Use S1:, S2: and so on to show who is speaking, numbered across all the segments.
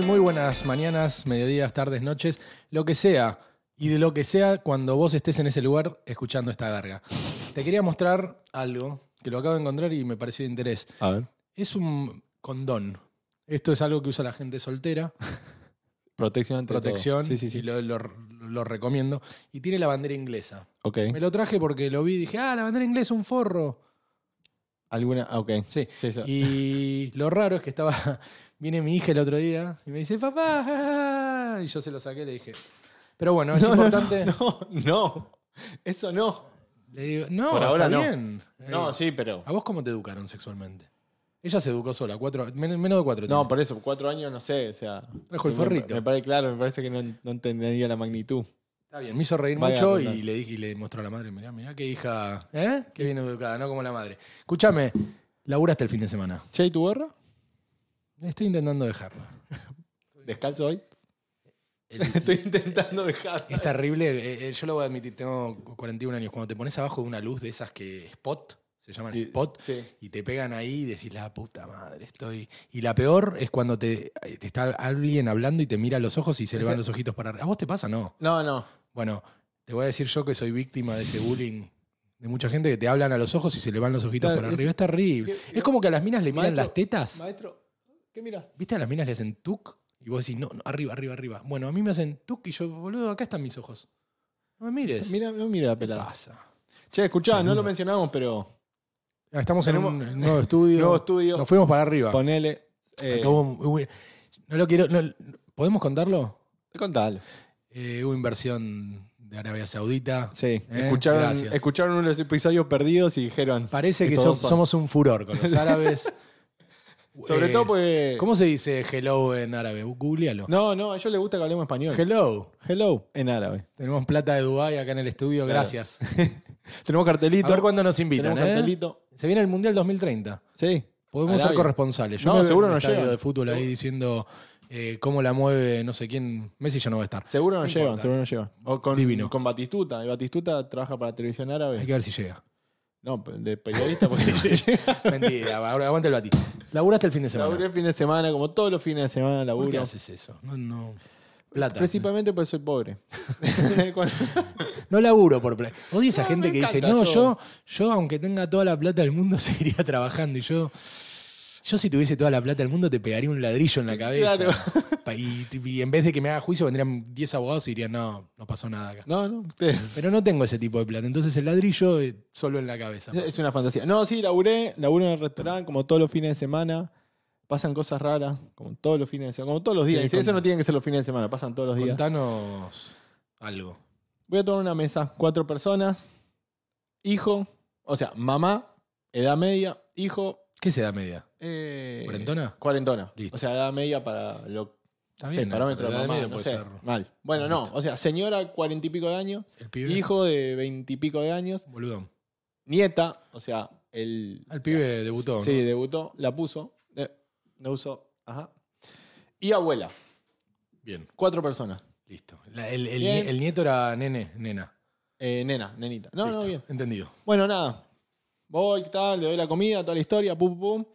S1: días, mañanas, mediodías, tardes, noches, lo que sea. Y de lo que sea cuando vos estés en ese lugar escuchando esta garga. Te quería mostrar algo que lo acabo de encontrar y me pareció de interés.
S2: A ver.
S1: Es un condón. Esto es algo que usa la gente soltera,
S2: Protección ante todo.
S1: protección,
S2: Sí, sí, sí.
S1: y lo, lo- lo recomiendo. Y tiene la bandera inglesa.
S2: Ok.
S1: Me lo traje porque lo vi y dije, ah, la bandera inglesa, un forro.
S2: ¿Alguna? ah, Ok.
S1: Sí.
S2: Sí, eso.
S1: Y lo raro es que estaba. Viene mi hija el otro día y me dice, papá. ah, ah", Y yo se lo saqué y le dije. Pero bueno, es
S2: No, no,
S1: importante.
S2: No, no. Eso no.
S1: Le digo, no,
S2: Por ahora
S1: está
S2: no.
S1: bien.
S2: No,
S1: Eh,
S2: sí, pero.
S1: ¿A vos cómo te educaron sexualmente? Ella se educó sola, cuatro, men- menos de cuatro.
S2: No,
S1: tenía.
S2: por eso, cuatro años no sé, o sea.
S1: Trajo el
S2: me-
S1: forrito.
S2: Me, parece claro, me parece que no, no entendería la magnitud.
S1: Está bien, me hizo reír
S2: Vaya
S1: mucho
S2: redundancia.
S1: y le, dije, y le mostró a la madre, mirá, mirá qué hija, ¿eh? Qué bien educada, no como la madre. Escúchame, laburaste el fin de semana.
S2: Che, ¿y tu gorra?
S1: Estoy intentando dejarla.
S2: ¿Descalzo hoy?
S1: El-
S2: Estoy intentando dejar.
S1: Es terrible, eh, eh, yo lo voy a admitir, tengo 41 años. Cuando te pones abajo de una luz de esas que spot, se llaman spot,
S2: Sí.
S1: y te pegan ahí y decís, la puta madre, estoy. Y la peor es cuando te, eh, te está alguien hablando y te mira a los ojos y se le van
S2: Ese-
S1: los ojitos para arriba. ¿A vos te pasa? No.
S2: No, no.
S1: Bueno, te voy a decir yo que soy víctima de ese bullying. De mucha gente que te hablan a los ojos y se le van los ojitos
S2: Claro,
S1: para
S2: es-
S1: arriba. Es terrible.
S2: que-
S1: Es como que a las minas le miran
S2: Maestro-
S1: las tetas.
S2: Maestro, ¿qué miras?
S1: ¿Viste? A las minas le hacen tuk y vos decís, no, no, arriba, arriba, arriba. Bueno, a mí me hacen tuk y yo, boludo, acá están mis ojos. No me mires.
S2: Mira, no mira la pelada.
S1: pasa?
S2: Che, escuchá, no lo mencionamos, pero.
S1: Ah, Estamos en
S2: Tenemos-
S1: un nuevo estudio.
S2: Nuevo estudio.
S1: Nos fuimos para arriba.
S2: Ponele. Eh,
S1: Acá hubo un- hubo- no lo quiero. no- ¿Podemos contarlo?
S2: contalo.
S1: Eh, hubo inversión de Arabia Saudita.
S2: Sí.
S1: Eh,
S2: escucharon,
S1: gracias.
S2: escucharon unos episodios perdidos y dijeron.
S1: Parece que
S2: estos
S1: so-
S2: dos son.
S1: somos un furor con los árabes.
S2: Sobre
S1: Eh,
S2: todo porque.
S1: ¿Cómo se dice hello en árabe? Googlealo.
S2: No, no, a ellos les gusta que hablemos español.
S1: Hello.
S2: Hello, en árabe.
S1: Tenemos plata de Dubái acá en el estudio,
S2: Claro.
S1: gracias.
S2: Tenemos cartelito.
S1: A ver cuándo nos invitan,
S2: Tenemos
S1: ¿eh?
S2: cartelito.
S1: Se viene el Mundial 2030.
S2: Sí.
S1: Podemos
S2: Arabia.
S1: ser corresponsales. Yo
S2: No,
S1: me veo
S2: seguro
S1: en un
S2: no
S1: estadio
S2: llegan.
S1: de fútbol ahí diciendo eh, cómo la mueve no sé quién. Messi ya no va a estar.
S2: Seguro
S1: No
S2: nos llevan,
S1: importa.
S2: seguro nos llevan. O con,
S1: Divino.
S2: con Batistuta. Y Batistuta trabaja para televisión
S1: Hay
S2: árabe.
S1: que ver si llega.
S2: No, de periodista. Porque
S1: Mentira, ahora aguántelo a ti. Laburaste el fin de semana.
S2: laburé el fin de semana, como todos los fines de semana
S1: ¿Por qué
S2: laburo.
S1: haces eso? No, no. Plata.
S2: Principalmente porque soy pobre. Cuando-
S1: No laburo por plata. Odio esa
S2: No,
S1: gente
S2: me
S1: que dice,
S2: encanta,
S1: no,
S2: yo-
S1: yo, yo aunque tenga toda la plata del mundo, seguiría trabajando. Y yo, yo si tuviese toda la plata del mundo, te pegaría un ladrillo en la cabeza.
S2: Claro.
S1: Pa- Y, y en vez de que me haga juicio, vendrían 10 abogados y dirían, no, no pasó nada acá.
S2: No, no. usted-
S1: Pero no tengo ese tipo de plata. Entonces el ladrillo eh, solo en la cabeza.
S2: Es una fantasía. No, sí, laburé, laburo en el restaurante, como todos los fines de semana. Pasan cosas raras, como todos los fines de semana, como todos los días.
S1: Sí,
S2: Y si eso
S1: con-
S2: no tiene que ser los fines de semana, pasan todos los días.
S1: Contanos algo.
S2: Voy a tomar una mesa, cuatro personas, hijo, o sea, mamá, edad media, hijo.
S1: ¿Qué se da media?
S2: eh,
S1: ¿Cuarentona?
S2: Cuarentona.
S1: Listo.
S2: O sea, edad media para lo
S1: Está
S2: sí,
S1: bien.
S2: el parámetro de
S1: la edad
S2: mamá,
S1: media
S2: no
S1: puede
S2: sé,
S1: ser
S2: mal. Bueno, no, o sea, señora cuarenta y pico de años,
S1: el pibe.
S2: hijo de veintipico de años,
S1: Boludón.
S2: nieta, o sea, el
S1: Al pibe debutó. ¿no?
S2: Sí, debutó, la puso, eh, no usó, ajá. Y abuela,
S1: Bien,
S2: cuatro personas.
S1: listo. La- el, el
S2: Bien.
S1: nie- el nieto era nene, nena.
S2: Eh, nena, nenita. No, no,
S1: Listo,
S2: bien.
S1: Entendido.
S2: Bueno, nada. Voy, tal, le doy la comida, toda la historia, pum, pum. pum.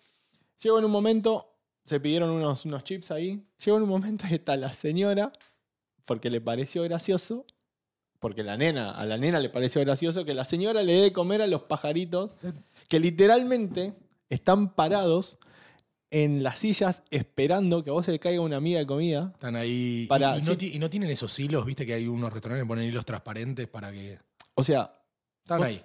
S2: Llego en un momento, se pidieron unos, unos chips ahí. Llego en un momento y está la señora, porque le pareció gracioso, porque la nena, a la nena le pareció gracioso que la señora le dé de comer a los pajaritos, que literalmente están parados en las sillas esperando que a vos se le caiga una miga de comida.
S1: Están ahí. y-
S2: Para-
S1: y, no
S2: sí.
S1: ti- y no tienen esos hilos, viste que hay unos restaurantes que ponen hilos transparentes para que.
S2: O sea,
S1: Están
S2: Vos-
S1: ahí.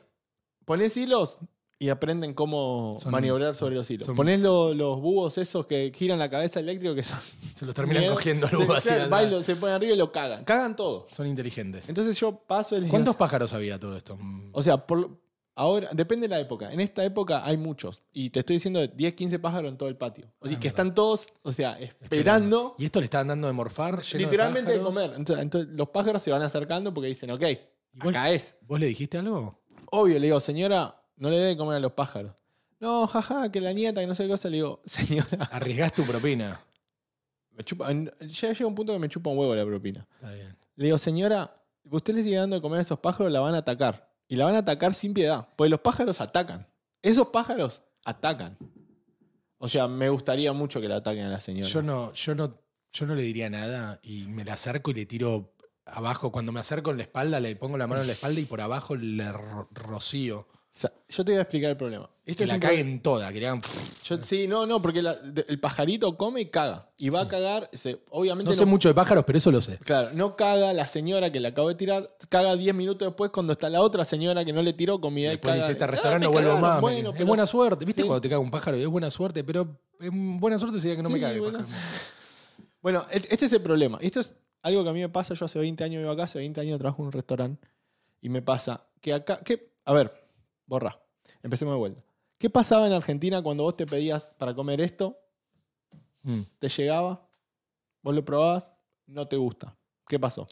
S2: Ponés hilos y aprenden cómo
S1: Son-
S2: maniobrar sobre los hilos.
S1: son-
S2: Ponés lo- los búhos esos que giran la cabeza eléctrica que son.
S1: Se los terminan
S2: miedo.
S1: cogiendo
S2: Se-
S1: algo así.
S2: claro,
S1: al-
S2: bailan, se ponen arriba y lo cagan. Cagan todo.
S1: Son inteligentes.
S2: Entonces yo paso el.
S1: ¿Cuántos pájaros había todo esto? Mm,
S2: O sea, por- ahora, depende de la época. En esta época hay muchos. Y te estoy diciendo 10, 15 pájaros en todo el patio. O sea,
S1: Ah, verdad.
S2: que están todos, o sea,
S1: esperando.
S2: esperando.
S1: Y esto le estaban dando de morfar. lleno de
S2: Literalmente de
S1: pájaros?
S2: comer. Entonces, entonces los pájaros se van acercando porque dicen, ok,
S1: vos-
S2: acá es.
S1: ¿Vos le dijiste algo?
S2: Obvio, le digo, señora, no le dé de comer a los pájaros. No, jaja, que la nieta, que no sé qué cosa. Le digo, señora,
S1: Arriesgás tu propina.
S2: me chupa. Ya llega un punto que me chupa un huevo la propina.
S1: Está bien.
S2: Le digo, señora, usted le sigue dando de comer a esos pájaros, la van a atacar. Y la van a atacar sin piedad. Pues los pájaros atacan. Esos pájaros atacan. O sea, me gustaría mucho que la ataquen a la señora.
S1: Yo no, yo no Yo no le diría nada y me la acerco y le tiro abajo. Cuando me acerco en la espalda, le pongo la mano en la espalda y por abajo le ro- rocío.
S2: O sea, yo te voy a explicar el problema. Esto
S1: Que
S2: Este es
S1: la
S2: un problema-
S1: caguen toda, que le hagan.
S2: Yo- sí, no, no, porque la- de- el pajarito come y caga. Y va a cagar, se- obviamente.
S1: No sé mucho de pájaros, pero eso lo sé.
S2: Claro, no caga la señora que le acabo de tirar, caga 10 minutos después cuando está la otra señora que no le tiró comida. y
S1: Después
S2: caga.
S1: dice, este
S2: Ah,
S1: restaurante
S2: me
S1: no vuelvo
S2: cagaron,
S1: más. me-
S2: bueno,
S1: es
S2: pero-
S1: buena suerte. ¿Viste
S2: Sí.
S1: cuando te caga un pájaro? Es buena suerte, pero em, buena suerte sería que no me
S2: Sí,
S1: cague. el
S2: buena
S1: pájaro.
S2: Bueno, et- este es el problema. Esto es algo que a mí me pasa. Yo hace 20 años vivo acá, hace 20 años trabajo en un restaurante. Y me pasa que acá. Que, a ver, borra. Empecemos de vuelta. ¿Qué pasaba en Argentina cuando vos te pedías para comer esto?
S1: Mm.
S2: Te llegaba, vos lo probabas, no te gusta. ¿Qué pasó?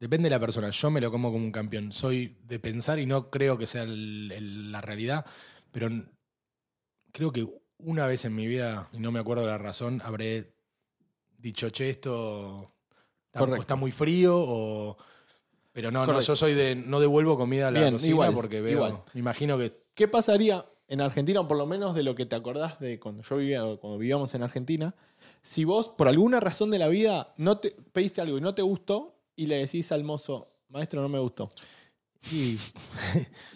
S1: Depende de la persona. Yo me lo como como un campeón. Soy de pensar y no creo que sea el- el- la realidad, pero n- creo que una vez en mi vida, y no me acuerdo la razón, habré dicho, che, esto está,
S2: Correcto.
S1: está muy frío o... Pero no, no,
S2: Correcto.
S1: yo soy de... No devuelvo comida a la
S2: Bien,
S1: cocina
S2: igual,
S1: porque veo...
S2: igual.
S1: Me imagino que...
S2: ¿Qué pasaría en Argentina, o por lo menos de lo que te acordás de cuando yo vivía, o cuando vivíamos en Argentina, si vos por alguna razón de la vida no te pediste algo y no te gustó y le decís al mozo, maestro, no me gustó?
S1: y-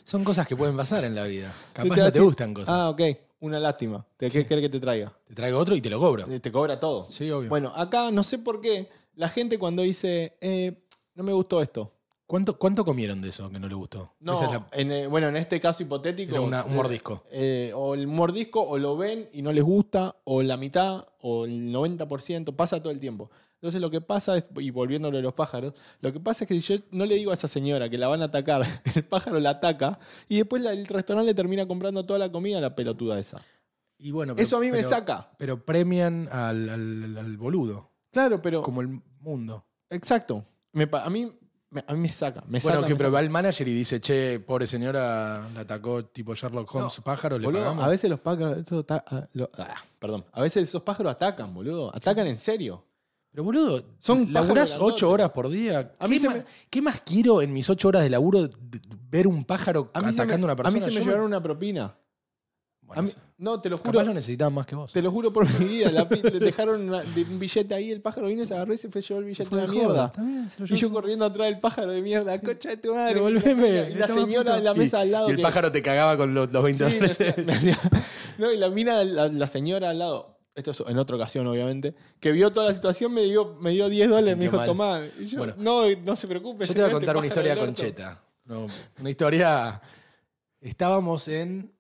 S1: son cosas que pueden pasar en la vida.
S2: Y
S1: Capaz
S2: te
S1: no
S2: hace-
S1: te gustan cosas.
S2: Ah, ok, una lástima. ¿Qué querés que te traiga?
S1: Te traigo otro y te lo cobro.
S2: Eh, Te cobra todo.
S1: Sí, obvio.
S2: Bueno, acá no sé por qué la gente cuando dice, eh, no me gustó esto.
S1: ¿Cuánto, ¿Cuánto comieron de eso que no le gustó?
S2: No,
S1: Esa es la-
S2: en, eh, bueno, en este caso hipotético.
S1: Era una- un
S2: eh,
S1: mordisco.
S2: eh, o el mordisco, o lo ven y no les gusta, o la mitad, o el 90%, pasa todo el tiempo. Entonces lo que pasa es, y volviendo a lo de los pájaros, lo que pasa es que si yo no le digo a esa señora que la van a atacar, el pájaro la ataca, y después la- el restaurante le termina comprando toda la comida a la pelotuda esa.
S1: Y bueno,
S2: Eso a mí me
S1: pero-
S2: saca.
S1: Pero premian al, al- al boludo,
S2: Claro, pero...
S1: como el mundo.
S2: Exacto. Me pa- a, mí, me, a mí me saca. Me
S1: bueno,
S2: saca,
S1: que
S2: me
S1: pero
S2: saca.
S1: va el manager y dice, che, pobre señora, la atacó tipo Sherlock Holmes,
S2: No,
S1: pájaro, le
S2: Boludo,
S1: pagamos.
S2: a veces los pájaros... eso ta- ah, lo- ah, perdón. A veces esos pájaros atacan, boludo. Atacan en serio.
S1: pero boludo,
S2: Son
S1: son laburás
S2: pájaros grandotes.
S1: ocho horas por día.
S2: A
S1: ¿Qué,
S2: mí se
S1: más,
S2: me-
S1: qué más quiero en mis ocho horas de laburo de- de- ver un pájaro
S2: A mí se
S1: atacando
S2: me-
S1: a una persona?
S2: A mí se
S1: Yo
S2: me
S1: me-
S2: llevaron una propina.
S1: Bueno,
S2: A mí- no, te lo
S1: capaz
S2: juro.
S1: lo necesitaba más que vos.
S2: Te lo juro por mi vida. La, pi- le dejaron una- de un billete ahí, el pájaro vino, se agarró y se fue, llevó el billete
S1: Fue
S2: de
S1: de joda,
S2: mierda.
S1: está bien, se lo
S2: Y yo
S1: llevo.
S2: corriendo atrás del pájaro de mierda, cocha de tu madre.
S1: Devolveme,
S2: Y
S1: está
S2: la
S1: más
S2: señora
S1: puto.
S2: en la mesa
S1: Y-
S2: al lado.
S1: Y el
S2: que-
S1: pájaro te cagaba con los, los 20
S2: Sí, me
S1: dólares.
S2: hacía- me hacía- No, y la mina, la, la señora al lado, esto es en otra ocasión, obviamente, que vio toda la situación, me dio, me dio 10 dólares, me
S1: sintió
S2: dijo,
S1: mal.
S2: tomá. Y yo,
S1: Bueno.
S2: no, no se preocupe.
S1: Yo te voy a
S2: llévate,
S1: contar una
S2: pájaro
S1: historia
S2: del
S1: con
S2: orto".
S1: Cheta. No, una historia. Estábamos en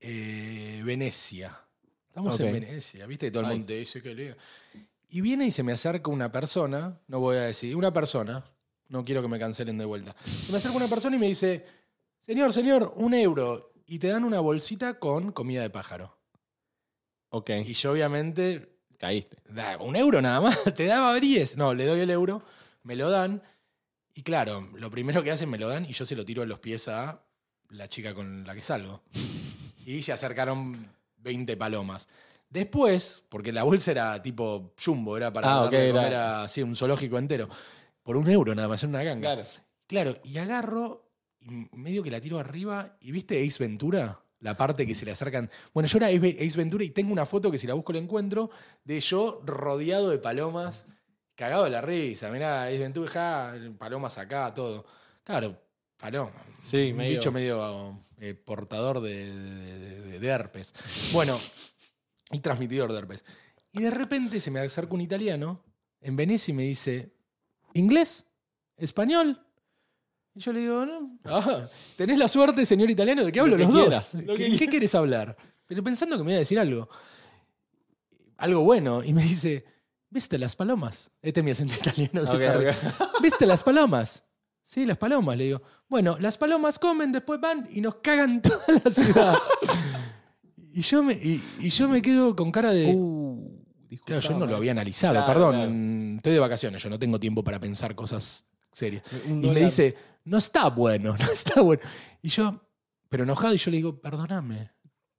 S1: eh, Venecia. Estamos
S2: Ok.
S1: en Venecia, ¿viste? Todo el
S2: Ay.
S1: mundo te dice que lea. Y viene y se me acerca una persona, no voy a decir, una persona, no quiero que me cancelen de vuelta. Se me acerca una persona y me dice, señor, señor, un euro. Y te dan una bolsita con comida de pájaro.
S2: Ok,
S1: Y yo obviamente
S2: caíste.
S1: da un euro nada más, te daba 10. No, le doy el euro, me lo dan. Y claro, lo primero que hacen me lo dan y yo se lo tiro a los pies a la chica con la que salgo. Y se acercaron 20 palomas. Después, porque la bolsa era tipo jumbo, era para
S2: Ah,
S1: darle
S2: ok,
S1: de
S2: era-
S1: comer a- sí, un zoológico entero. Por un euro nada más, era una ganga.
S2: Claro.
S1: Claro, y agarro y medio que la tiro arriba. ¿Y viste Ace Ventura? La parte que se le acercan. Bueno, yo era Ace Ve- Ace Ventura y tengo una foto que si la busco la encuentro de yo rodeado de palomas, cagado de la risa. Mirá, Ace Ventura, ja, palomas acá, todo. Claro, paloma.
S2: Sí,
S1: Un
S2: medio-
S1: bicho medio eh, portador de, de- de- de herpes. Bueno, y transmitidor de herpes. Y de repente se me acerca un italiano en Venecia y me dice, ¿inglés? ¿Español? Y yo le digo, no. Ah, tenés la suerte, señor italiano, de que
S2: Lo
S1: hablo
S2: que
S1: los
S2: quieras,
S1: dos.
S2: lo que
S1: ¿Qué, qué querés hablar? Pero pensando que me iba a decir algo. Algo bueno. Y me dice, ¿viste las palomas? Este es mi acento italiano. que
S2: Ok,
S1: está
S2: ok.
S1: re- ¿Viste las palomas? Sí, las palomas, le digo. Bueno, las palomas comen, después van y nos cagan toda la ciudad. y, yo me, y, y yo me quedo con cara de...
S2: Uh,
S1: Claro, yo no
S2: disculpame.
S1: lo había analizado,
S2: Claro,
S1: perdón.
S2: claro.
S1: mm, Estoy de vacaciones, yo no tengo tiempo para pensar cosas serias.
S2: Un
S1: Y me
S2: dólar.
S1: dice, no está bueno, no está bueno. Y yo, pero enojado, y yo le digo, perdóname.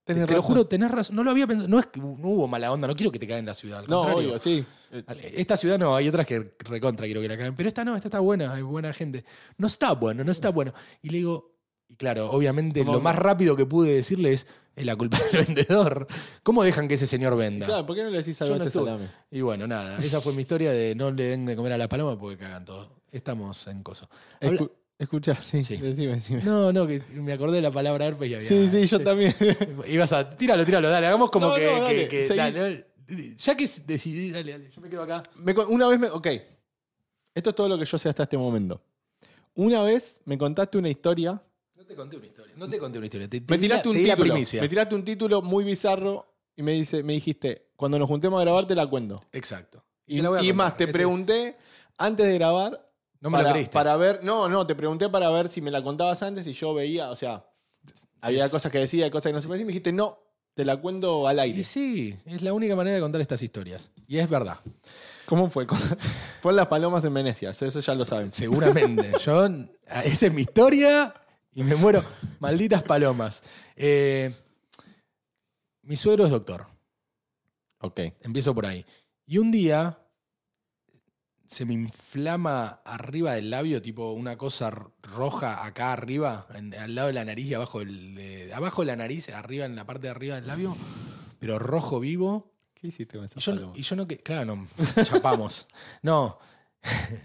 S1: Te,
S2: Tenés
S1: te lo
S2: razón.
S1: juro, tenés razón. No lo había pensado. No es que no hubo mala onda, no quiero que te caigan en la ciudad. Al
S2: No,
S1: contrario. Ah,
S2: obvio, sí. Eh,
S1: Esta ciudad no, hay otras que recontra quiero que la caguen, pero esta no, esta está buena, hay buena gente. No está bueno, no está bueno. Y le digo, Y claro, obviamente
S2: ¿Cómo?
S1: lo más rápido que pude decirle es, es la culpa del vendedor. ¿Cómo dejan que ese señor venda?
S2: Claro, ¿por qué no le decís
S1: Yo
S2: algo a
S1: no
S2: este
S1: estuve.
S2: salame?
S1: Y bueno, nada, esa fue mi historia de no le den de comer a las palomas porque cagan todo. Estamos en coso. Habla-
S2: Escu- Escuchá, sí,
S1: Sí.
S2: decime, decime.
S1: No, no, que me acordé de la palabra herpes y había.
S2: sí, sí, yo también.
S1: Ibas a. Tíralo, tíralo, dale, hagamos como
S2: No,
S1: que.
S2: no, dale,
S1: que- que-
S2: seguí.
S1: dale, dale. ya que decidí, dale, dale, yo me quedo acá.
S2: Me con- una vez me. Ok. Esto es todo lo que yo sé hasta este momento. Una vez me contaste una historia.
S1: No te conté una historia. No te conté una historia. Te,
S2: Me tiraste un
S1: la
S2: título.
S1: primicia.
S2: Me tiraste un título muy bizarro y me, dice, me dijiste, cuando nos juntemos a grabar te la cuento.
S1: Exacto.
S2: Y,
S1: Te la voy a
S2: y
S1: contar.
S2: más, te
S1: Este-
S2: pregunté antes de grabar
S1: No me lo
S2: para,
S1: creíste.
S2: para ver. No, no, te pregunté para ver si me la contabas antes y yo veía, o sea, había
S1: es-
S2: cosas que decía, cosas que no se parecían. Y me dijiste, no, te la cuento al aire.
S1: Y sí, es la única manera de contar estas historias. Y es verdad.
S2: ¿Cómo fue? Fueron las palomas en Venecia, eso ya lo saben.
S1: Seguramente. Yo, esa es mi historia y me muero. Malditas palomas. Eh, mi suegro es doctor.
S2: Ok.
S1: Empiezo por ahí. Y un día se me inflama arriba del labio, tipo una cosa r- roja acá arriba, en- al lado de la nariz y abajo, del- de- abajo de la nariz, arriba en la parte de arriba del labio, pero rojo vivo.
S2: ¿Qué hiciste
S1: Y
S2: con esas
S1: yo, no-
S2: palomas?
S1: y yo no que. Claro, no. Chapamos. No.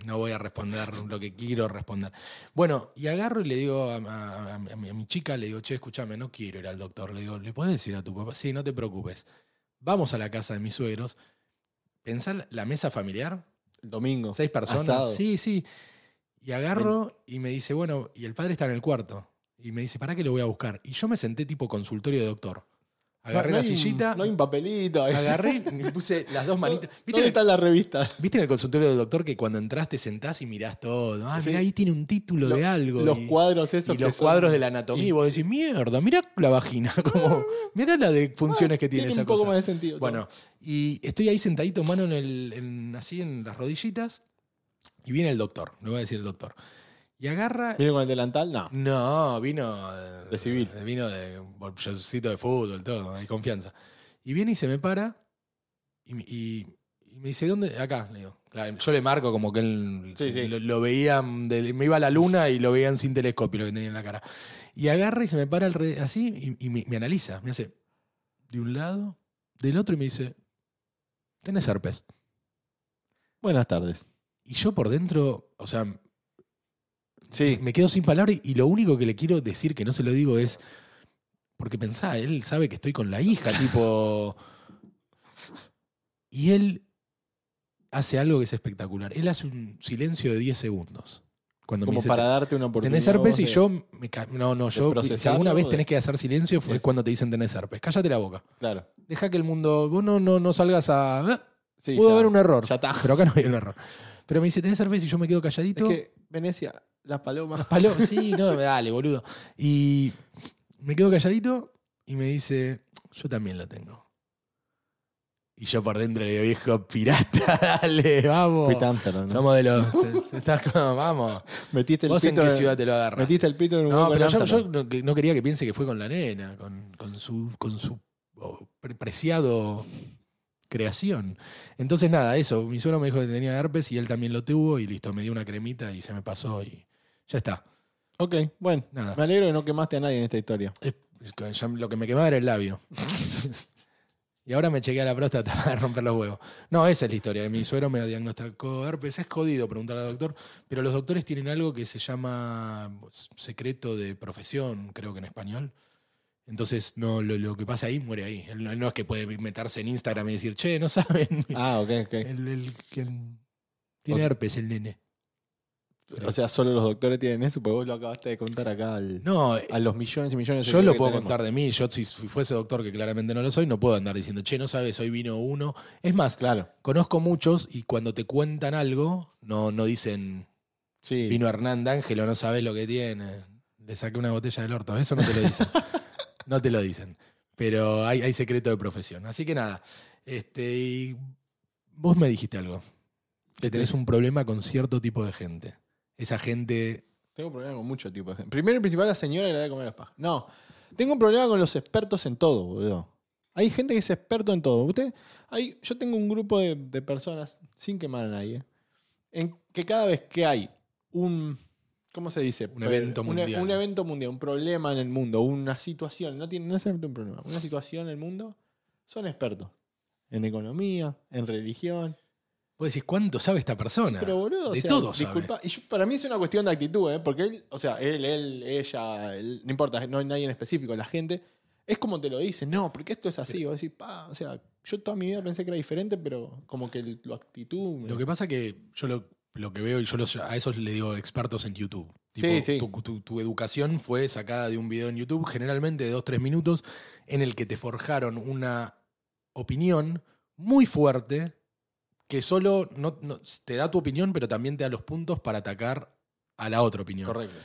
S1: No voy a responder lo que quiero responder. Bueno, y agarro y le digo a, a- a mi- a mi, a mi chica, le digo, che, escúchame, no quiero ir al doctor. Le digo, ¿le podés decir a tu papá? Sí, no te preocupes. Vamos a la casa de mis suegros. Pensá la- la mesa familiar,
S2: El domingo.
S1: seis personas.
S2: Asado.
S1: Sí, sí. Y agarro y me dice, bueno, y el padre está en el cuarto. Y me dice, ¿para qué lo voy a buscar? Y yo me senté tipo consultorio de doctor. Agarré
S2: No, no
S1: la
S2: hay un-
S1: sillita,
S2: No hay un papelito. ahí.
S1: agarré y me puse las dos manitas. ¿Viste
S2: ¿Dónde
S1: que-
S2: están las revistas?
S1: ¿Viste en el consultorio del doctor que cuando entras te sentás y mirás todo? Ah,
S2: Sí.
S1: mirá, ahí tiene un título
S2: Lo-
S1: de algo.
S2: Los
S1: y,
S2: cuadros
S1: y
S2: esos. que
S1: los
S2: son-
S1: cuadros de la anatomía. Y, vos decís, mierda, mirá la vagina. Como, mirá la de funciones que tiene,
S2: Ah. Tiene
S1: esa
S2: un poco
S1: cosa.
S2: más de sentido.
S1: Bueno, y estoy ahí sentadito, mano en el, en- así en las rodillitas. Y viene el doctor, le voy a decir el doctor. Y agarra.
S2: ¿Viene con el delantal? No.
S1: No, vino. eh,
S2: De civil.
S1: Vino de bolsilloncito de fútbol, todo, hay confianza. Y viene y se me para y, me- y- y me dice, ¿dónde? Acá, le digo. Claro, yo le marco como que él
S2: Sí, sí.
S1: Lo, lo veía, del- me iba a la luna y lo veían sin telescopio lo que tenía en la cara. Y agarra y se me para alre- así y, y me, me analiza. Me hace de un lado, del otro y me dice, tenés herpes.
S2: Buenas tardes.
S1: Y yo por dentro, o sea,
S2: Sí.
S1: me quedo sin palabras y lo único que le quiero decir, que no se lo digo, es. Porque pensá, él sabe que estoy con la hija, tipo. Y él hace algo que es espectacular. Él hace un silencio de 10 segundos. Cuando me
S2: Como
S1: dice,
S2: para darte una oportunidad.
S1: tenés herpes y
S2: vos de-
S1: yo me ca- No, no, yo. Si
S2: procesarlo,
S1: alguna vez
S2: de-
S1: tenés que hacer silencio, fue
S2: Es-
S1: cuando te dicen tenés herpes. Cállate la boca.
S2: Claro.
S1: Deja que el mundo. Vos no, no, no salgas a. ah,
S2: Sí,
S1: Pudo
S2: ya.
S1: haber un error.
S2: Ya está.
S1: Pero acá no hay un error. Pero me dice, tenés herpes y yo me quedo
S2: Es
S1: calladito.
S2: que Venecia, las palomas.
S1: Palo- sí, no, dale, boludo. Y me quedo calladito y me dice, yo también lo tengo. Y yo por dentro le digo, viejo pirata, dale, vamos.
S2: Fuiste a Ámsterdam, ¿no?
S1: Oh. Somos de los... te- Estás como, vamos.
S2: Metiste el
S1: ¿Vos en
S2: pito.
S1: qué
S2: en-
S1: ciudad te lo agarras?
S2: Metiste el pito en un
S1: No,
S2: hueco en
S1: pero yo,
S2: Ámsterdam.
S1: yo no, que- no quería que piense que fue con la nena, con, con su, con su oh, pre- preciado creación. Entonces, nada, eso. Mi suegro me dijo que tenía herpes y él también lo tuvo y listo, me dio una cremita y se me pasó y ya está.
S2: Ok, bueno.
S1: Nada.
S2: Me alegro que no quemaste a nadie en esta historia.
S1: Es- es que ya lo que me quemaba era el labio. y ahora me chequea la próstata para romper los huevos. No, esa es la historia. Mi suegro me diagnosticó herpes. Es jodido preguntar al doctor, pero los doctores tienen algo que se llama secreto de profesión, creo que en español. Entonces, no, lo, lo que pasa ahí muere ahí. Él No, no es que puede meterse en Instagram y decir, che, no saben.
S2: Ah, ok, ok.
S1: El- el- el- tiene
S2: O sea-
S1: herpes el nene.
S2: O sea, solo los doctores tienen eso, pues vos lo acabaste de contar acá al-
S1: No,
S2: a los millones y millones de
S1: Yo lo
S2: que
S1: puedo
S2: tenemos.
S1: contar de mí. Yo, si fuese doctor, que claramente no lo soy, no puedo andar diciendo, che, no sabes, hoy vino uno. Es más,
S2: Claro.
S1: conozco muchos y cuando te cuentan algo, no, no dicen,
S2: Sí.
S1: vino Hernán D'Ángelo, no sabes lo que tiene. Le saqué una botella del orto. Eso no te lo dicen. no te lo dicen. Pero hay, hay secreto de profesión. Así que nada. Este, y vos me dijiste algo. Que
S2: ¿Qué te
S1: tenés
S2: dije?
S1: un problema con cierto tipo de gente. Esa gente.
S2: Tengo problema con mucho tipo de gente. Primero y principal, la señora que le da de comer las pajas. No. Tengo un problema con los expertos en todo, boludo. Hay gente que es experto en todo. Usted, hay, yo tengo un grupo de, de personas, sin quemar a nadie, en que cada vez que hay un. ¿Cómo se dice?
S1: Un evento
S2: Un e-
S1: mundial.
S2: Un evento mundial, un problema en el mundo, una situación, no tiene no necesariamente un problema, una situación en el mundo, son expertos. En economía, en religión.
S1: Vos decís, ¿cuánto sabe esta persona?
S2: Pero boludo,
S1: de
S2: o sea,
S1: todo sabe.
S2: disculpa. Y yo- para mí es una cuestión de actitud, ¿eh? Porque él, o sea, él, él, ella, él, no importa, no hay nadie en específico, la gente. Es como te lo dicen, no, porque esto es así. Vos decís, pa, o sea, yo toda mi vida pensé que era diferente, pero como que el- tu actitud. me-
S1: Lo que pasa que yo lo, lo que veo, y yo los- a esos le digo expertos en YouTube. Tipo,
S2: Sí, sí.
S1: Tu, tu- tu educación fue sacada de un video en YouTube, generalmente de 2-3 minutos, en el que te forjaron una opinión muy fuerte que solo no- no- te da tu opinión, pero también te da los puntos para atacar a la otra opinión.
S2: Correcto.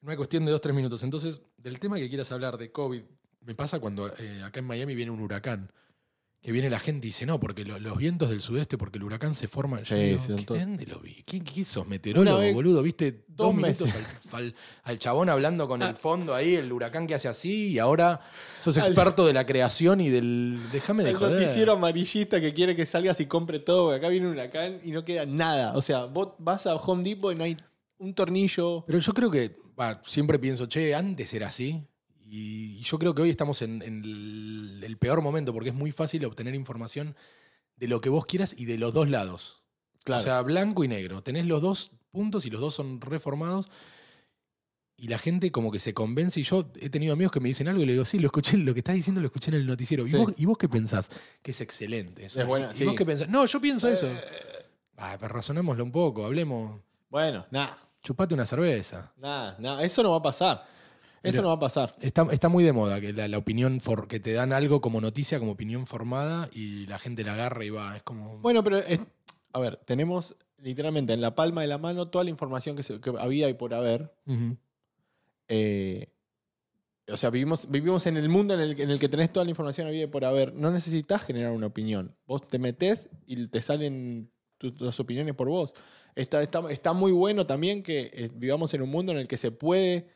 S1: Una cuestión de 2-3 minutos. Entonces, del tema que quieras hablar de COVID, me pasa cuando eh, acá en Miami viene un huracán. Que viene la gente y dice, no, porque lo- los vientos del sudeste, porque el huracán se forma. Yo
S2: Sí,
S1: digo,
S2: sí, son
S1: "¿Qué-
S2: todo-
S1: ¿Dónde lo vi? ¿Quién quién sos? Meteorólogo,
S2: Una vez-
S1: boludo. ¿Viste dos,
S2: dos Ah.
S1: minutos al, al- al chabón hablando con el fondo ahí, el huracán que hace así, y ahora sos
S2: Al-
S1: experto de la creación y del. Déjame de
S2: El
S1: joder.
S2: noticiero amarillista que quiere que salgas y compre todo, porque acá viene un huracán y no queda nada. O sea, vos vas a Home Depot y no hay un tornillo.
S1: Pero yo creo que, bah, siempre pienso, che, antes era así. Y yo creo que hoy estamos en, en el, el peor momento porque es muy fácil obtener información de lo que vos quieras y de los dos lados. O sea, blanco y negro. Tenés los dos puntos y los dos son reformados. Y la gente como que se convence. Y yo he tenido amigos que me dicen algo y le digo, sí, lo escuché, lo que estás diciendo lo escuché en el noticiero. ¿Y,
S2: Sí.
S1: vos, y vos qué pensás? Que es excelente. eso.
S2: Es buena,
S1: ¿Y
S2: sí.
S1: vos qué pensás? No, yo pienso eso.
S2: Eh,
S1: Ah, pero razonémoslo un poco, hablemos.
S2: bueno, nada,
S1: Chupate una cerveza.
S2: nada, nada. Eso no va a pasar. Eso
S1: Mira.
S2: no va a pasar.
S1: Está, está muy de moda que la, la opinión for- que te dan algo como noticia, como opinión formada, y la gente la agarra y va. Es como.
S2: Bueno, pero es- a ver, tenemos literalmente en la palma de la mano toda la información que, se- que había y por haber.
S1: Ujú.
S2: Eh, o sea, vivimos, vivimos en el mundo en el, que- en el que tenés toda la información había y por haber. No necesitas generar una opinión. Vos te metés y te salen tu- tus opiniones por vos. Está, está, está muy bueno también que eh, vivamos en un mundo en el que se puede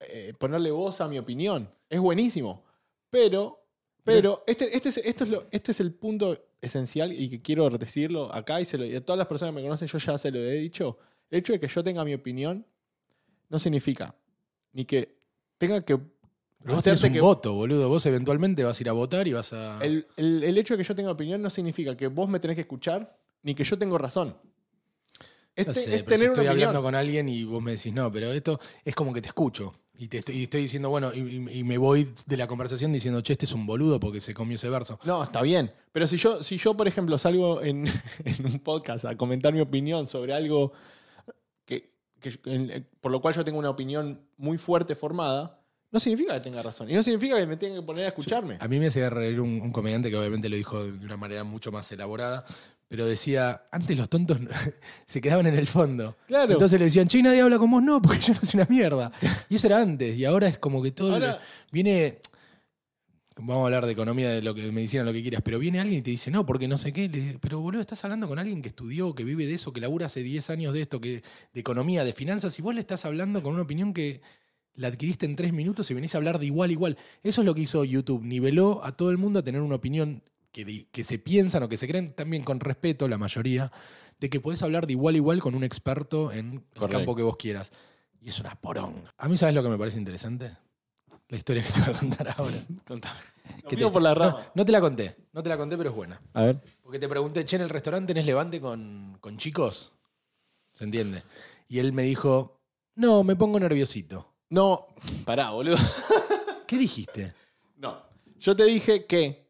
S2: eh, ponerle voz a mi opinión. Es buenísimo. Pero, pero este, este, es, esto es lo- este es el punto esencial y que quiero decirlo acá y, se lo- y a todas las personas que me conocen yo ya se lo he dicho. El hecho de que yo tenga mi opinión no significa ni que tenga que...
S1: Pero vos
S2: hacerte
S1: tenés un
S2: que-
S1: voto, boludo. Vos eventualmente vas a ir a votar y vas a.
S2: el, el- el hecho de que yo tenga opinión no significa que vos me tenés que escuchar ni que yo tengo razón.
S1: No
S2: Este-
S1: sé, pero
S2: es
S1: si
S2: tener
S1: estoy
S2: una opinión.
S1: hablando con alguien y vos me decís, no, pero esto es como que te escucho. Y te estoy, y estoy diciendo, bueno, y, y- y me voy de la conversación diciendo, che, este es un boludo porque se comió ese verso.
S2: No, está bien. Pero si yo, si yo por ejemplo, salgo en, en un podcast a comentar mi opinión sobre algo que, que yo- en- por lo cual yo tengo una opinión muy fuerte formada, no significa que tenga razón. Y no significa que me tenga que poner a escucharme.
S1: A mí me hacía reír un, un comediante que obviamente lo dijo de una manera mucho más elaborada, pero decía, antes los tontos se quedaban en el fondo.
S2: Claro.
S1: Entonces le decían, che, ¿y nadie habla con vos, no, porque yo no soy una mierda. Y eso era antes, y ahora es como que todo
S2: Ahora-
S1: viene. Vamos a hablar de economía, de lo que medicina, lo que quieras, pero viene alguien y te dice, no, porque no sé qué. Le- pero boludo, estás hablando con alguien que estudió, que vive de eso, que labura hace 10 años de esto, que, de economía, de finanzas, y vos le estás hablando con una opinión que la adquiriste en tres minutos y venís a hablar de igual a igual. Eso es lo que hizo YouTube. Niveló a todo el mundo a tener una opinión que, di- que se piensan o que se creen también con respeto, la mayoría, de que podés hablar de igual a igual con un experto en el
S2: Correcto.
S1: campo que vos quieras. Y es una poronga. A mí, ¿sabes lo que me parece interesante? La historia que te voy a contar ahora.
S2: Contame. Lo
S1: Que
S2: mío
S1: te-
S2: por la
S1: no,
S2: rama.
S1: No, te la conté, no te la conté, pero es buena.
S2: A ver.
S1: Porque te pregunté, che, en el restaurante tenés levante con, con chicos. ¿Se entiende? Y él me dijo, no, me pongo nerviosito.
S2: No, pará, boludo.
S1: ¿Qué dijiste?
S2: No. Yo te dije que.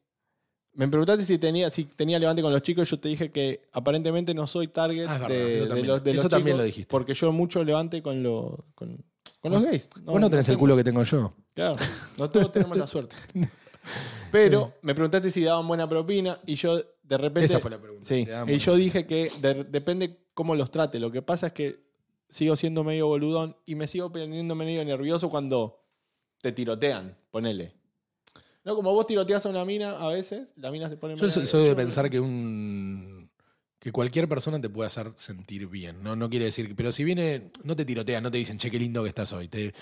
S2: Me preguntaste si tenía, si tenía levante con los chicos. Yo te dije que aparentemente no soy target
S1: Ah, es verdad,
S2: de,
S1: eso
S2: de
S1: también.
S2: los, de
S1: Eso
S2: los
S1: también
S2: chicos
S1: lo dijiste.
S2: Porque yo mucho levante con, lo- con, con los gays. No,
S1: vos no tenés el
S2: tengo.
S1: culo que tengo yo.
S2: Claro, no todos tenemos la suerte. Pero me preguntaste si daban buena propina y yo de repente.
S1: Esa fue la pregunta.
S2: Sí,
S1: Te daban
S2: y
S1: buena
S2: yo
S1: propina.
S2: dije que de- depende cómo los trate. Lo que pasa es que sigo siendo medio boludón y me sigo poniendo medio nervioso cuando te tirotean, ponele. No, como vos tiroteas a una mina a veces, la mina se pone
S1: Yo
S2: medio
S1: so- soy de
S2: nerviosa.
S1: pensar que un que cualquier persona te puede hacer sentir bien, no no quiere decir, que- pero si viene no te tirotean, no te dicen, "Che, qué lindo que estás hoy." Te-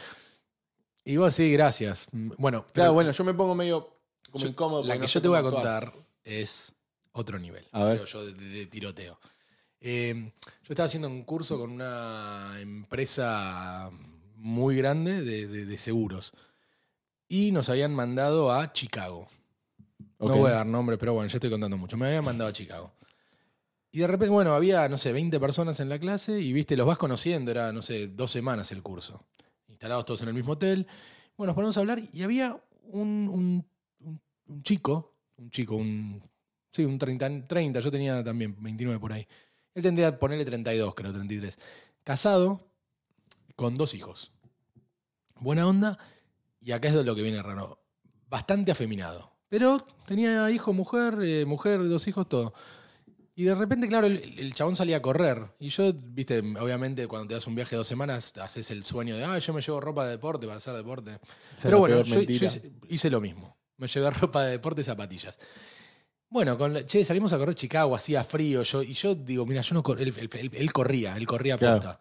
S1: y vos sí, gracias. Mm, Bueno, pero
S2: Claro, bueno, yo me pongo medio como
S1: yo-
S2: incómodo.
S1: la
S2: porque
S1: que
S2: no
S1: yo
S2: sé
S1: te voy a
S2: cómo actuar.
S1: contar es otro nivel,
S2: A ver.
S1: creo yo de, de- de tiroteo. Eh, yo estaba haciendo un curso con una empresa muy grande de, de- de seguros y nos habían mandado a Chicago.
S2: Ok.
S1: No voy a dar nombres, pero bueno, ya estoy contando mucho. Me habían mandado a Chicago. Y de repente, bueno, había, no sé, 20 personas en la clase y, viste, los vas conociendo, era, no sé, dos semanas el curso. Instalados todos en el mismo hotel. Bueno, nos ponemos a hablar y había un, un- un- un chico, un chico, un, sí, un 30, 30, yo tenía también 29 por ahí. Él tendría, ponerle 32, creo, 33. Casado, con dos hijos. Buena onda, y acá es lo que viene raro. Bastante afeminado. Pero tenía hijo, mujer, eh, mujer, dos hijos, todo. Y de repente, claro, el, el chabón salía a correr. Y yo, viste, obviamente cuando te das un viaje de dos semanas, haces el sueño de, ah, yo me llevo ropa de deporte para hacer deporte.
S2: Esa es
S1: Pero
S2: la
S1: bueno,
S2: peor
S1: yo, yo
S2: mentira.
S1: hice, hice lo mismo. Me llevé ropa de deporte y zapatillas. Bueno, con la- che, salimos a correr Chicago, hacía frío. Yo, y yo digo, mira, yo no cor- él, él- él- él corría, él corría
S2: Claro.
S1: posta.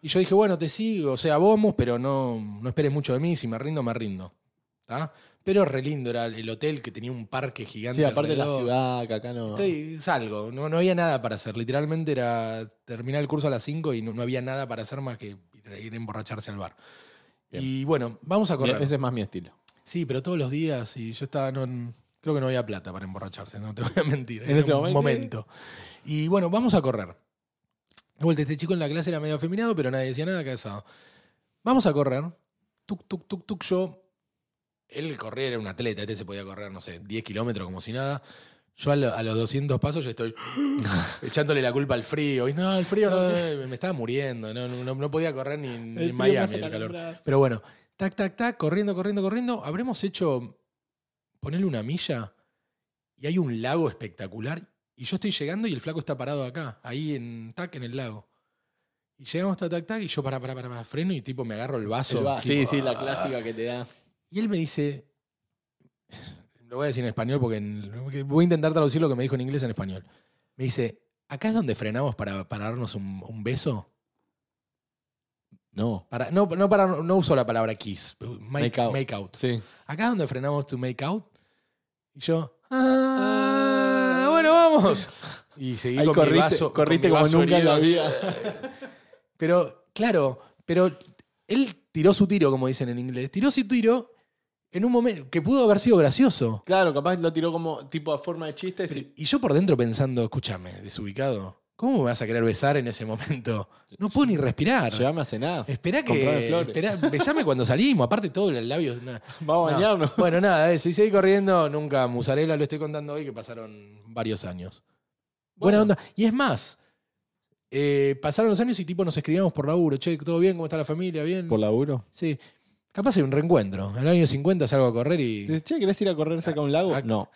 S1: Y yo dije, bueno, te sigo, o sea, vamos, pero no, no esperes mucho de mí. Si me rindo, me rindo. ¿Tá? Pero re lindo era el hotel que tenía un parque gigante.
S2: Sí, aparte de la
S1: alrededor.
S2: ciudad, que acá no.
S1: Estoy- salgo, no, no había nada para hacer. Literalmente era terminar el curso a las 5 y no, no había nada para hacer más que ir ir a emborracharse al bar.
S2: Bien.
S1: Y bueno, vamos a
S2: Mi-
S1: correr.
S2: Ese es más mi estilo.
S1: Sí, pero todos los días y yo estaba no, en- creo que no había plata para emborracharse, no te voy a mentir.
S2: En
S1: Era
S2: ese
S1: un
S2: momento.
S1: momento. Y bueno, vamos a correr. De vuelta, este chico en la clase era medio afeminado, pero nadie decía nada, casado. Vamos a correr. Tuk, tuk, tuk, tuk, yo. Él corría, era un atleta, este se podía correr, no sé, 10 kilómetros como si nada. Yo a, lo- a los 200 pasos yo estoy echándole la culpa al frío. Y no, el frío no, me estaba muriendo, no, no, no podía correr ni, en- ni en Miami el calor. Pero bueno, tac, tac, tac, corriendo, corriendo, corriendo. Habremos hecho ponerle una milla y hay un lago espectacular. Y yo estoy llegando y el flaco está parado acá, ahí en tac, en el lago. Y llegamos hasta tac, tac, y yo para, para, para, para, freno y tipo me agarro el vaso.
S2: El va-
S1: tipo,
S2: sí, sí, la
S1: ah.
S2: clásica que te da.
S1: Y él me dice, lo voy a decir en español porque en- porque voy a intentar traducir lo que me dijo en inglés en español. Me dice, ¿acá es donde frenamos para, para darnos un- un beso?
S2: No.
S1: Para, no, no, para, no uso la palabra kiss. Make,
S2: Make out.
S1: make out.
S2: Sí.
S1: Acá es donde frenamos to make out. Y yo. "Ah, bueno, vamos. Y seguí
S2: Ahí
S1: con mi
S2: corriste,
S1: vaso.
S2: corriste
S1: con mi vaso
S2: como nunca en la
S1: herido.
S2: vida.
S1: Pero, claro, pero él tiró su tiro, como dicen en inglés. Tiró su tiro en un momento que pudo haber sido gracioso.
S2: Claro, capaz lo tiró como tipo a forma de chiste. sí.
S1: Y yo por dentro pensando, escúchame, desubicado, ¿cómo me vas a querer besar en ese momento? No puedo ni respirar.
S2: Llegame a cenar.
S1: Esperá
S2: Comprame
S1: que.
S2: flores.
S1: Esperá, besame cuando salimos. Aparte, todo el labio. es una-
S2: Vamos a
S1: No.
S2: bañarnos.
S1: Bueno, nada, eso. Y seguí corriendo, nunca musarela, lo estoy contando hoy, que pasaron varios años. Buena
S2: Bueno.
S1: onda. Y es más, eh, pasaron los años y tipo nos escribíamos por laburo. Che, ¿todo bien? ¿Cómo está la familia? ¿Bien?
S2: ¿Por laburo?
S1: Sí. Capaz hay un reencuentro. En el año 50 salgo a correr y
S2: Dices, che, ¿querés ir a correr cerca de un lago?
S1: Ah,
S2: No.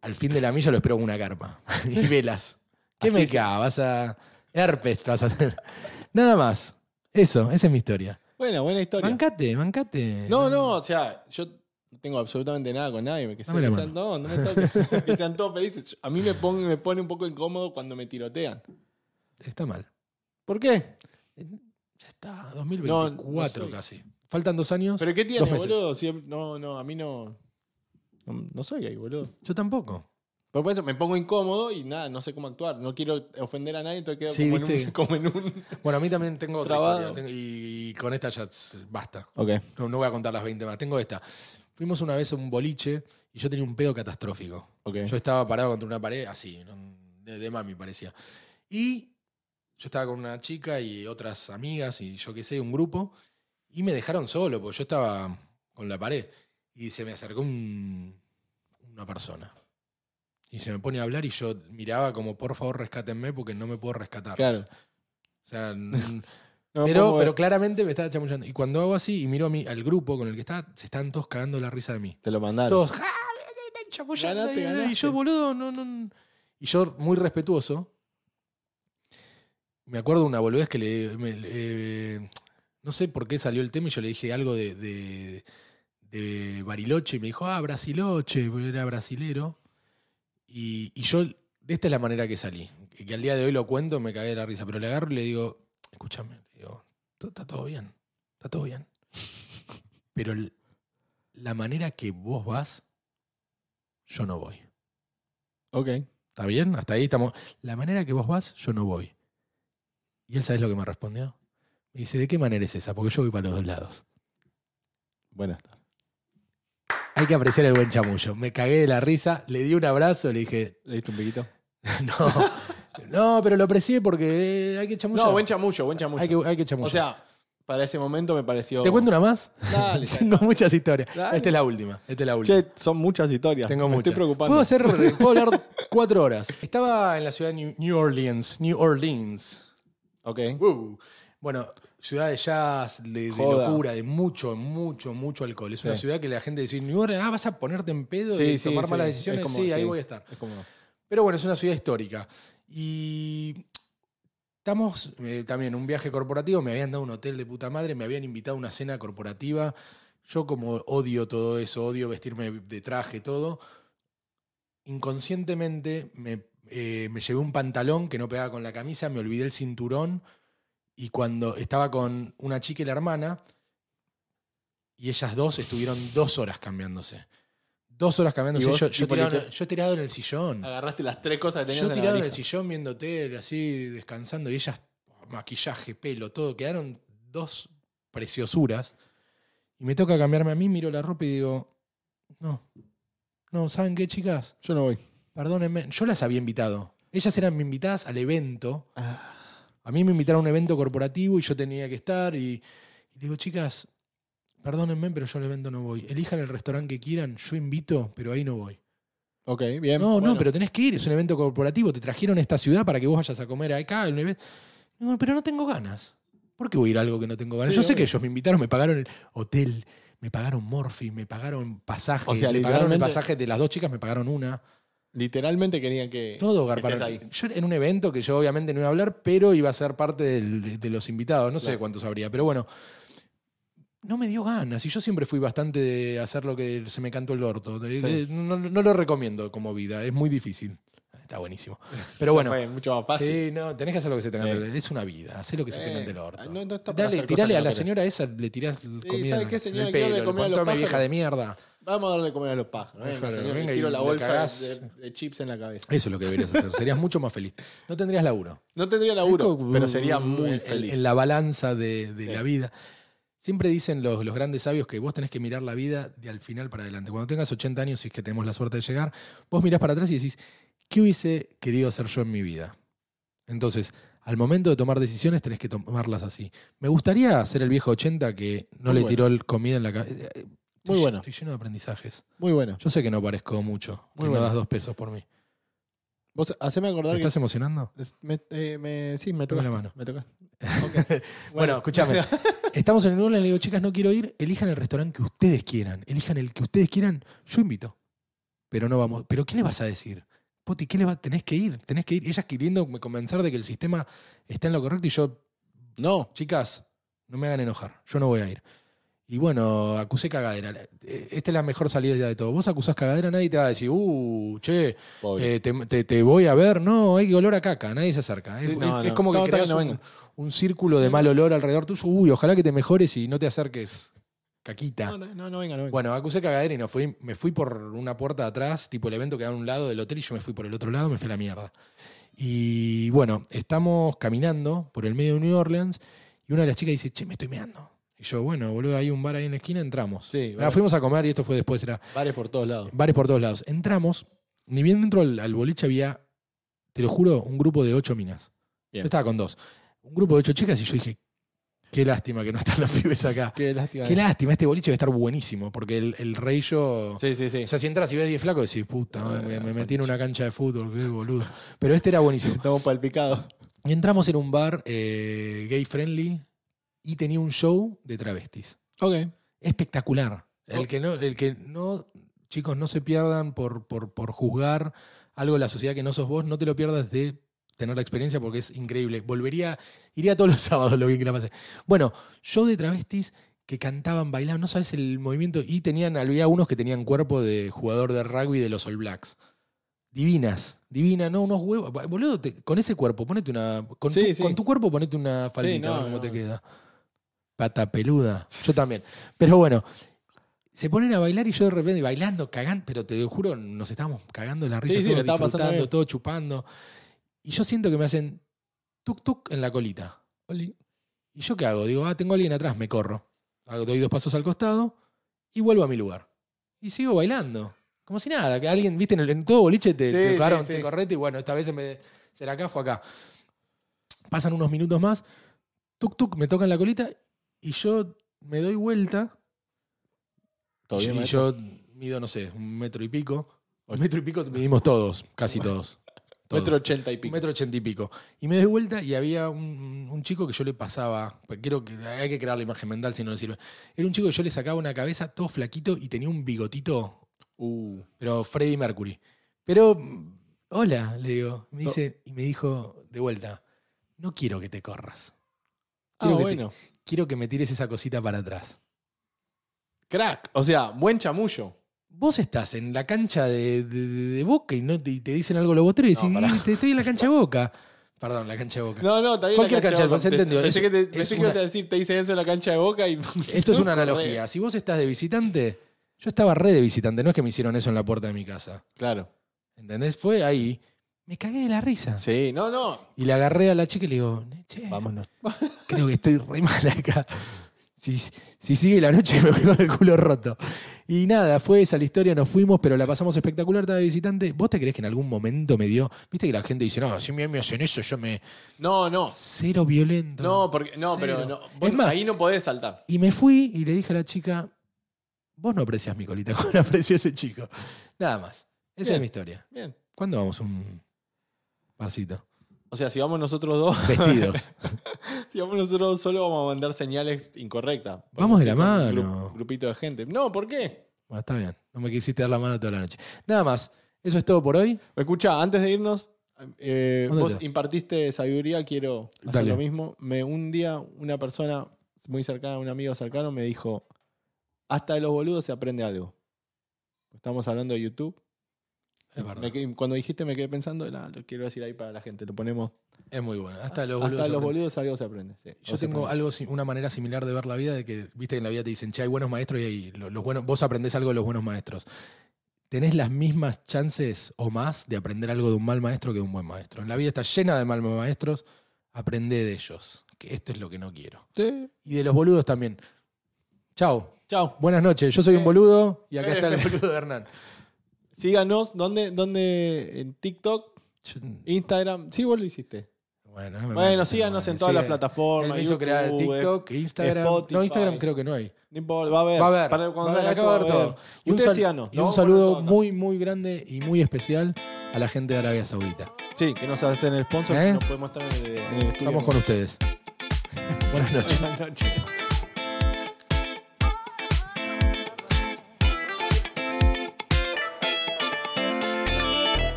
S1: al fin de la milla lo espero con una carpa. y velas. ¿Qué
S2: Así
S1: me
S2: es.
S1: Vas a. Herpes vas a tener. Nada más. Eso, esa es mi historia.
S2: Bueno, buena historia.
S1: Mancate, mancate.
S2: No, no, o sea, yo no tengo absolutamente nada con nadie. Que,
S1: Dame la
S2: que sean, no, no me toques. que sean todos felices. A mí me, pon- me pone un poco incómodo cuando me tirotean.
S1: Está mal.
S2: ¿Por qué?
S1: Ya está, 2024
S2: No, no soy.
S1: casi. Faltan dos años.
S2: ¿Pero qué
S1: Dos
S2: tiene,
S1: meses.
S2: boludo? Si- no, no, a mí no, no. no soy gay, boludo.
S1: Yo tampoco.
S2: Pero por eso me pongo incómodo y nada, no sé cómo actuar. No quiero ofender a nadie, entonces quedo
S1: Sí,
S2: como, en
S1: viste.
S2: un, como en un.
S1: Bueno, a mí también tengo otra
S2: Trabado.
S1: historia. Tengo- y, y con esta ya s- basta.
S2: Ok.
S1: No, no voy a contar las 20 más. Tengo esta. Fuimos una vez a un boliche y yo tenía un pedo catastrófico.
S2: Ok.
S1: Yo estaba parado contra una pared, así, ¿no? de, de mami parecía. Y yo estaba con una chica y otras amigas y yo qué sé, un grupo. Y me dejaron solo, porque yo estaba con la pared. Y se me acercó un- una persona. Y se me pone a hablar y yo miraba como, por favor, rescátenme porque no me puedo rescatar.
S2: Claro.
S1: O sea, n-
S2: No me puedo
S1: pero,
S2: mover.
S1: pero claramente me estaba chamullando. Y cuando hago así y miro a mí, al grupo con el que estaba, se están todos cagando la risa de mí.
S2: Te lo mandaron.
S1: Todos, ¡ah! me Están chamullando.
S2: Ganaste,
S1: y, bla, y
S2: ganaste.
S1: yo, boludo, no, no. Y yo, muy respetuoso, me acuerdo una boludez que le. me- eh, no sé por qué salió el tema y yo le dije algo de, de, de Bariloche y me dijo, ah, Brasiloche, porque era brasilero. Y, y yo, de esta es la manera que salí. Que, que al día de hoy lo cuento, me cagué de la risa, pero le agarro y le digo, escúchame, le digo, "T- está todo bien, está todo bien. Pero el- la manera que vos vas, yo no voy.
S2: Ok.
S1: ¿Está bien? Hasta ahí estamos. La manera que vos vas, yo no voy. Y él, ¿sabes lo que me respondió? Me dice, ¿de qué manera es esa? Porque yo voy para los dos lados.
S2: Buenas tardes.
S1: Hay que apreciar el buen chamullo. Me cagué de la risa, le di un abrazo, le dije,
S2: ¿Le diste un piquito?
S1: no, no, pero lo aprecié porque eh, hay que chamullar.
S2: No, buen chamullo, buen chamullo.
S1: Hay que, hay que chamullar.
S2: o sea, para ese momento me pareció.
S1: ¿Te cuento una más?
S2: Dale, ya.
S1: Tengo muchas historias.
S2: Dale.
S1: Esta es la última. Esta es la última.
S2: Che, son muchas historias.
S1: Tengo
S2: me
S1: muchas.
S2: Estoy preocupando.
S1: Puedo, hacer, puedo hablar cuatro horas. Estaba en la ciudad de New- New Orleans. New Orleans.
S2: Ok.
S1: Wow. Uh. Bueno, ciudad de jazz, de, de
S2: Joda.
S1: locura, de mucho, mucho, mucho alcohol. Es una
S2: Sí.
S1: ciudad que la gente dice, New Orleans, ah, vas a ponerte en pedo y
S2: Sí, sí,
S1: tomar
S2: sí.
S1: malas
S2: Es
S1: decisiones.
S2: como-
S1: sí, ahí
S2: sí.
S1: voy a estar.
S2: Es como.
S1: Pero bueno, es una ciudad histórica. Y estamos eh, también un viaje corporativo, me habían dado un hotel de puta madre, me habían invitado a una cena corporativa. Yo como odio todo eso, odio vestirme de traje, todo, inconscientemente me, eh, me llevé un pantalón que no pegaba con la camisa, me olvidé el cinturón y cuando estaba con una chica y la hermana, y ellas dos estuvieron dos horas cambiándose. Dos horas cambiándose.
S2: ¿Y vos,
S1: yo, yo
S2: tipo,
S1: tirado, en-
S2: literal-
S1: yo tirado en el sillón.
S2: Agarraste las tres cosas que tenías
S1: Yo
S2: en la
S1: tirado en el
S2: valija.
S1: sillón viendo tele, así, descansando, y ellas, maquillaje, pelo, todo, quedaron dos preciosuras. Y me toca cambiarme a mí, miro la ropa y digo, no, no, ¿saben qué, chicas?
S2: Yo no voy.
S1: Perdónenme, yo las había invitado. Ellas eran mis invitadas al evento.
S2: Ah.
S1: A mí me invitaron a un evento corporativo y yo tenía que estar. Y, y digo, chicas, perdónenme, pero yo al evento no voy. Elijan el restaurante que quieran, yo invito, pero ahí no voy.
S2: Ok, bien.
S1: No,
S2: bueno.
S1: no, pero tenés que ir, es un evento corporativo, te trajeron a esta ciudad para que vos vayas a comer acá. el evento. Digo, pero no tengo ganas. ¿Por qué voy a ir a algo que no tengo ganas?
S2: Sí,
S1: Yo sé
S2: obvio.
S1: que ellos me invitaron, me pagaron el hotel, me pagaron morfi, me pagaron pasaje,
S2: O sea,
S1: me pagaron el
S2: literalmente-
S1: pasaje de las dos chicas, me pagaron una.
S2: Literalmente querían que.
S1: Todo
S2: que
S1: garparon.
S2: estés ahí.
S1: Yo en un evento que yo obviamente no iba a hablar, pero iba a ser parte del- de los invitados, no sé
S2: Claro.
S1: cuántos habría, pero bueno. No me dio ganas y yo siempre fui bastante de hacer lo que se me cantó el orto. De- de-
S2: Sí.
S1: no, no lo recomiendo como vida, es muy difícil. Está buenísimo. Pero bueno,
S2: Fue mucho más fácil.
S1: sí, no, tenés que hacer lo que se te cante
S2: Sí.
S1: el- Es una vida, hacé lo que se te
S2: Eh,
S1: cante el orto.
S2: no- no está para
S1: Dale,
S2: hacer cosas
S1: tirale
S2: que
S1: a
S2: no
S1: la
S2: querés.
S1: señora esa, le tirás comida
S2: ¿sabes
S1: en
S2: qué,
S1: el
S2: señora? Quiero
S1: pelo,
S2: darle
S1: le
S2: comida a los
S1: "Pon, tome,
S2: pájaros".
S1: vieja de mierda.
S2: Vamos a darle comida a los pájaros. Venga,
S1: Déjalo,
S2: señor,
S1: venga,
S2: le tiro
S1: y
S2: la
S1: le
S2: bolsa
S1: cagás.
S2: de, de chips en la cabeza.
S1: Eso es lo que deberías hacer, serías mucho más feliz. No tendrías laburo.
S2: No tendría laburo,
S1: Esto,
S2: pero sería
S1: mm, en-
S2: muy
S1: en-
S2: feliz.
S1: En, uh, la balanza de, de
S2: Sí.
S1: la vida. Siempre dicen los, los grandes sabios que vos tenés que mirar la vida de al final para adelante. Cuando tengas 80 años, si es que tenemos la suerte de llegar, vos mirás para atrás y decís, ¿qué hubiese querido hacer yo en mi vida? Entonces, al momento de tomar decisiones tenés que tomarlas así. Me gustaría ser el viejo 80 que no
S2: Muy
S1: le
S2: bueno.
S1: tiró el comida en la cabeza. Eh,
S2: Muy bueno.
S1: Estoy lleno de aprendizajes.
S2: Muy bueno.
S1: Yo sé que no parezco mucho.
S2: Muy
S1: que no
S2: bueno.
S1: das dos pesos por mí.
S2: Vos haceme
S1: ¿Te
S2: acordar que.
S1: estás emocionando?
S2: es- Me, eh, me- sí, me
S1: Dame
S2: toca.
S1: la mano.
S2: Me toca.
S1: Bueno, escúchame. Estamos en el Orleans, le digo, chicas, no quiero ir. Elijan el restaurante que ustedes quieran. Elijan el que ustedes quieran. Yo invito. Pero no vamos. ¿Pero qué le vas a decir? Poti, ¿qué le va? Tenés que ir, tenés que ir. Ellas queriéndome convencer de que el sistema está en lo correcto y yo,
S2: No.
S1: chicas, no me hagan enojar. Yo no voy a ir. Y bueno, acusé cagadera. Eh, Esta es la mejor salida de todo. Vos acusás cagadera, nadie te va a decir, uh, che,
S2: Pobre.
S1: eh, te, te- te voy a ver, no, hay olor a caca, nadie se acerca. Es,
S2: Sí, no,
S1: es- es
S2: no.
S1: como que
S2: No, está
S1: creas
S2: bien, no
S1: un,
S2: vengan.
S1: un círculo de mal olor alrededor tuyo. Uy, ojalá que te mejores y no te acerques,
S2: no,
S1: caquita.
S2: no, no, no, venga, no venga.
S1: Bueno, acusé cagadera y no fui, me fui por una puerta de atrás, tipo el evento quedaba a un lado del hotel y yo me fui por el otro lado, me fui a la mierda. Y bueno, estamos caminando por el medio de New Orleans y una de las chicas dice, che, me estoy meando. Y yo, bueno, boludo, hay un bar ahí en la esquina, entramos.
S2: Sí,
S1: Ah,
S2: vale.
S1: fuimos a comer y esto fue después, era
S2: Bares por todos lados.
S1: bares por todos lados. Entramos, ni bien dentro al, al boliche había, te lo juro, un grupo de ocho minas.
S2: Bien.
S1: Yo estaba con dos. Un grupo de ocho chicas y yo dije, qué lástima que no están los pibes acá.
S2: Qué lástima.
S1: Qué lástima, este boliche va a estar buenísimo, porque el, el rey yo...
S2: Sí, sí, sí.
S1: O sea, si entras y ves 10 flacos, decís, puta, me,
S2: Ah,
S1: me
S2: boliche.
S1: metí en una cancha de fútbol, qué boludo. Pero este era buenísimo.
S2: Estamos palpicados.
S1: Y entramos en un bar eh, gay friendly y tenía un show de travestis
S2: Ok.
S1: espectacular. El
S2: Oh.
S1: que no, el que no, chicos, no se pierdan por, por, por juzgar algo de la sociedad que no sos vos, no te lo pierdas de tener la experiencia porque es increíble. Volvería, iría todos los sábados, lo bien que la pasé. Bueno, show de travestis que cantaban, bailaban, no sabes el movimiento, y tenían, había unos que tenían cuerpo de jugador de rugby de los All Blacks. Divinas, divina, no, unos huevos. Boludo, te- con ese cuerpo, ponete una. Con,
S2: Sí,
S1: tu,
S2: sí.
S1: con tu cuerpo, ponete una faldita, a ver
S2: no,
S1: cómo
S2: no.
S1: te queda. Pata peluda. Yo también. Pero bueno, Se ponen a bailar y yo de repente bailando, cagando, pero te juro, nos estábamos cagando la risa,
S2: Sí, sí,
S1: todos
S2: la estaba pasando
S1: disfrutando,
S2: bien.
S1: todos chupando. Y yo siento que me hacen tuk tuk en la colita.
S2: Oli.
S1: ¿Y yo qué hago? Digo, ah, tengo a alguien atrás, me corro. Hago- doy dos pasos al costado y vuelvo a mi lugar. Y sigo bailando. Como si nada, que alguien, viste, en, el- en todo boliche te,
S2: Sí,
S1: te
S2: sí,
S1: tocaron,
S2: sí.
S1: te correte y bueno, esta vez en vez de ser acá fue acá. Pasan unos minutos más, tuk tuk, me tocan la colita y yo me doy vuelta.
S2: ¿Todo bien,
S1: y
S2: maestro?
S1: yo mido, no sé, un metro y pico. Un metro y pico medimos todos, casi todos. Todos.
S2: Metro ochenta y pico.
S1: Un metro ochenta y pico. Y me doy vuelta y había un, un chico que yo le pasaba. Quiero que hay que crear la imagen mental si no le sirve. Era un chico que yo le sacaba una cabeza todo flaquito y tenía un bigotito,
S2: Uh,
S1: pero Freddie Mercury. Pero, mm, hola, le digo. Me
S2: To-
S1: dice, y me dijo de vuelta: No quiero que te corras.
S2: ah,
S1: Quiero, que te-
S2: bueno.
S1: quiero que me tires esa cosita para atrás.
S2: Crack. O sea, buen chamullo.
S1: Vos estás en la cancha de, de- de- de Boca y no te, y te dicen algo los botres
S2: No,
S1: y
S2: pará.
S1: "Y te- estoy en la cancha de Boca. Perdón, la cancha de Boca.
S2: No, no, también.
S1: Cualquier cancha del
S2: se
S1: Boca, se entendió.
S2: Pensé
S1: Es-
S2: que, te,
S1: es
S2: pensé que
S1: una-
S2: ibas a decir, te hice eso en la cancha de boca y.
S1: Esto es una analogía. Si vos estás de visitante, yo estaba re de visitante, no es que me hicieron eso en la puerta de mi casa.
S2: Claro.
S1: ¿Entendés? Fue ahí. Me cagué de la risa.
S2: Sí, no, no.
S1: Y le agarré a la chica y le digo, che,
S2: Vámonos.
S1: creo que estoy re mal acá. Si, si sigue la noche me voy con el culo roto. Y nada, fue esa la historia, nos fuimos, pero la pasamos espectacular, estaba de visitante. ¿Vos te crees que en algún momento me dio? Viste que la gente dice, no, si me me hacen eso, yo me...
S2: No, no.
S1: Cero violento.
S2: No, porque, no pero
S1: Cero.
S2: no, vos
S1: Es más-
S2: ahí no podés saltar.
S1: Y me fui y le dije a la chica, vos no aprecias mi colita, como la apreció ese chico. Nada más. Esa
S2: Bien.
S1: es mi historia.
S2: Bien.
S1: ¿Cuándo vamos a un barcito?
S2: O sea, si vamos nosotros dos,
S1: Vestidos.
S2: si vamos nosotros dos solo vamos a mandar señales incorrectas. Porque
S1: Vamos de la
S2: si con un
S1: mano.
S2: grupito de gente. No, ¿por qué?
S1: bueno, está bien. No me quisiste dar la mano toda la noche. Nada más. Eso es todo por hoy.
S2: Escucha, antes de irnos, eh,
S1: Mándate.
S2: vos impartiste sabiduría, quiero hacer
S1: Dale.
S2: lo mismo. Me, un día una persona muy cercana, un amigo cercano, me dijo, hasta de los boludos se aprende algo. Estamos hablando de YouTube.
S1: Es, verdad.
S2: Me quedé- cuando dijiste me quedé pensando, "Nah, lo quiero decir ahí para la gente, lo ponemos.
S1: Es muy bueno. Hasta los boludos.
S2: hasta de los
S1: aprenden.
S2: boludos algo se aprende. sí,
S1: Yo
S2: o se
S1: tengo
S2: aprende.
S1: algo, si- una manera similar de ver la vida, de que, viste, que en la vida te dicen, che, hay buenos maestros y hay lo- los, buenos, vos aprendés algo de los buenos maestros. Tenés las mismas chances o más de aprender algo de un mal maestro que de un buen maestro. En la vida está llena de mal maestros, aprende de ellos, que esto es lo que no quiero.
S2: Sí.
S1: Y de los boludos también. Chao,
S2: Chao.
S1: buenas noches, yo soy un boludo y acá
S2: Eh.
S1: está el boludo de Hernán.
S2: Síganos, ¿dónde? ¿Dónde? En TikTok,
S1: Yo-
S2: Instagram. Sí, vos lo hiciste.
S1: bueno, no me
S2: Bueno,
S1: metas,
S2: síganos
S1: hermano,
S2: en todas las
S1: sigan. Él
S2: plataformas.
S1: me hizo crear
S2: YouTube,
S1: TikTok, Instagram. no,
S2: Spotify.
S1: Instagram creo que no hay.
S2: No importa, va a haber.
S1: Va a haber.
S2: Para cuando
S1: va a haber,
S2: salga
S1: acá
S2: esto,
S1: va a haber
S2: va a
S1: todo.
S2: haber.
S1: Y un,
S2: Ustedes
S1: sal-
S2: síganos,
S1: y
S2: lo
S1: un
S2: vamos a poner todo
S1: saludo
S2: acá.
S1: muy, muy grande y muy especial a la gente de Arabia Saudita.
S2: Sí, que nos hacen el sponsor,
S1: ¿Eh?
S2: que nos podemos estar en el, en el estudio.
S1: Estamos con ustedes. Buenas noches.
S2: Buenas noches.